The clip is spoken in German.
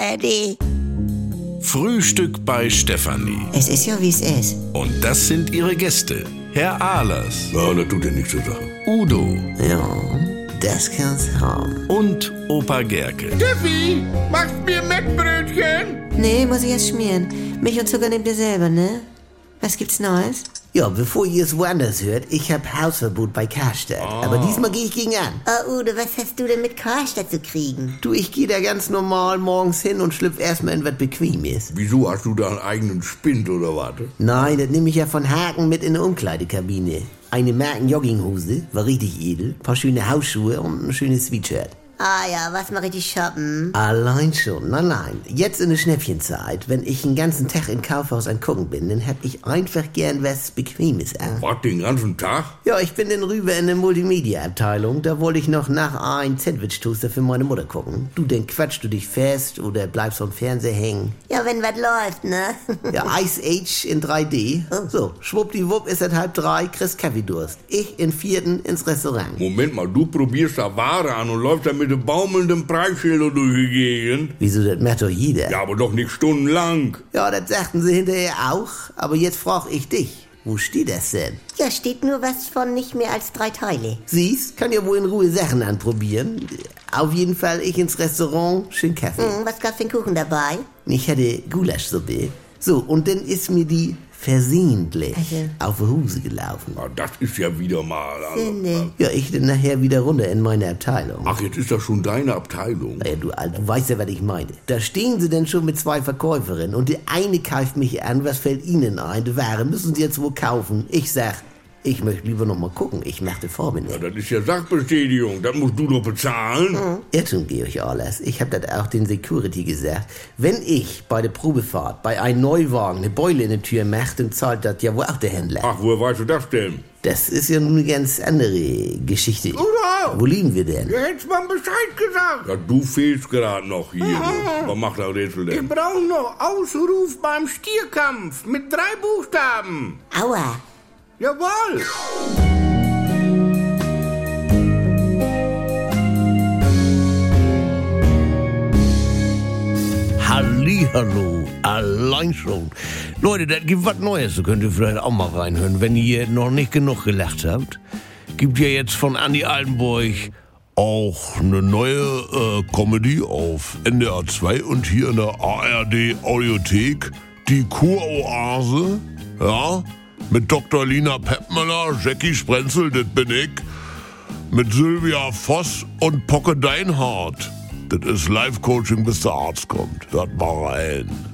Eddie. Frühstück bei Stefanie. Es ist ja, wie es ist. Und das sind ihre Gäste. Herr Ahlers, Ja, das tut dir nichts zu sagen. Udo Ja, das kann's haben. und Opa Gerke. Steffi, machst mir Mettbrötchen? Nee, muss ich erst schmieren. Milch und Zucker nehmt ihr selber, ne? Was gibt's Neues? Ja, bevor ihr es woanders hört, ich hab Hausverbot bei Karstadt. Aber diesmal gehe ich gegen an. Oh, Udo, was hast du denn mit Karstadt zu kriegen? Du, ich gehe da ganz normal morgens hin und schlüpf erstmal in was Bequemes. Wieso hast du da einen eigenen Spind oder was? Nein, das nehme ich ja von Haken mit in die Umkleidekabine. Eine Marken-Jogginghose, war richtig edel, paar schöne Hausschuhe und ein schönes Sweatshirt. Ah ja, was mal richtig shoppen. Allein schon, nein, nein. Jetzt in der Schnäppchenzeit, wenn ich den ganzen Tag im Kaufhaus angucken bin, dann hab ich einfach gern was Bequemes an. Was, den ganzen Tag? Ja, ich bin dann rüber in der Multimedia-Abteilung. Da wollte ich noch nach ein Sandwich-Toaster für meine Mutter gucken. Du, dann quatschst du dich fest oder bleibst vom Fernseher hängen. Ja, wenn was läuft, ne? Ja, Ice Age in 3D. So, schwuppdiwupp ist es halb drei, kriegst Kaffeedurst. Ich in vierten ins Restaurant. Moment mal, du probierst da Ware an und läufst da mit dem baumelnden Preisschildern durch die Gegend? Wieso, das macht doch jeder. Ja, aber doch nicht stundenlang. ja das sagten sie hinterher auch. Aber jetzt frag ich dich. Wo steht das denn? Ja, steht nur was von nicht mehr als drei Teile. Siehst, kann ja wohl in Ruhe Sachen anprobieren. Auf jeden Fall ich ins Restaurant, schön Kaffee. Hm, was gab's für einen Kuchen dabei? Ich hatte Gulaschsuppe. So, und dann ist mir die versehentlich Also. auf die Hose gelaufen. Na, das ist ja wieder mal. Also. Sünde. Ja, ich dann nachher wieder runter in meine Abteilung. Ach, jetzt ist das schon deine Abteilung. Naja, du, Alt, du weißt ja, was ich meine. Da stehen sie denn schon mit zwei Verkäuferinnen und die eine kauft mich an, was fällt ihnen ein? Die Ware müssen sie jetzt wohl kaufen. Ich sag, ich möchte lieber noch mal gucken, ich machte Formen Ja, nicht. das ist ja Sachbestätigung, das musst du doch bezahlen. Irrtum, Georg Orlas. Ich habe das auch den Security gesagt. Wenn ich bei der Probefahrt bei einem Neuwagen eine Beule in die Tür mache, dann zahlt das ja wohl auch der Händler. Ach, woher weißt du das denn? Das ist ja nun eine ganz andere Geschichte. Oder? Wo liegen wir denn? Du hättest mal Bescheid gesagt. Ja, du fehlst gerade noch hier. du. Was macht der Rätsel Wir denn? brauchen noch Ausruf beim Stierkampf mit drei Buchstaben. Aua. Jawohl. Hallihallo, allein schon. Leute, das gibt was Neues, da könnt ihr vielleicht auch mal reinhören, wenn ihr noch nicht genug gelacht habt. Gibt ja jetzt von Andy Altenburg auch eine neue äh, Comedy auf NDR 2 und hier in der ARD Audiothek, die Kuroase, ja, mit Dr. Lina Peppmüller, Jackie Sprenzel, das bin ich mit Sylvia Voss und Pocke Deinhardt. Das ist Life-Coaching, bis der Arzt kommt. Hört mal rein.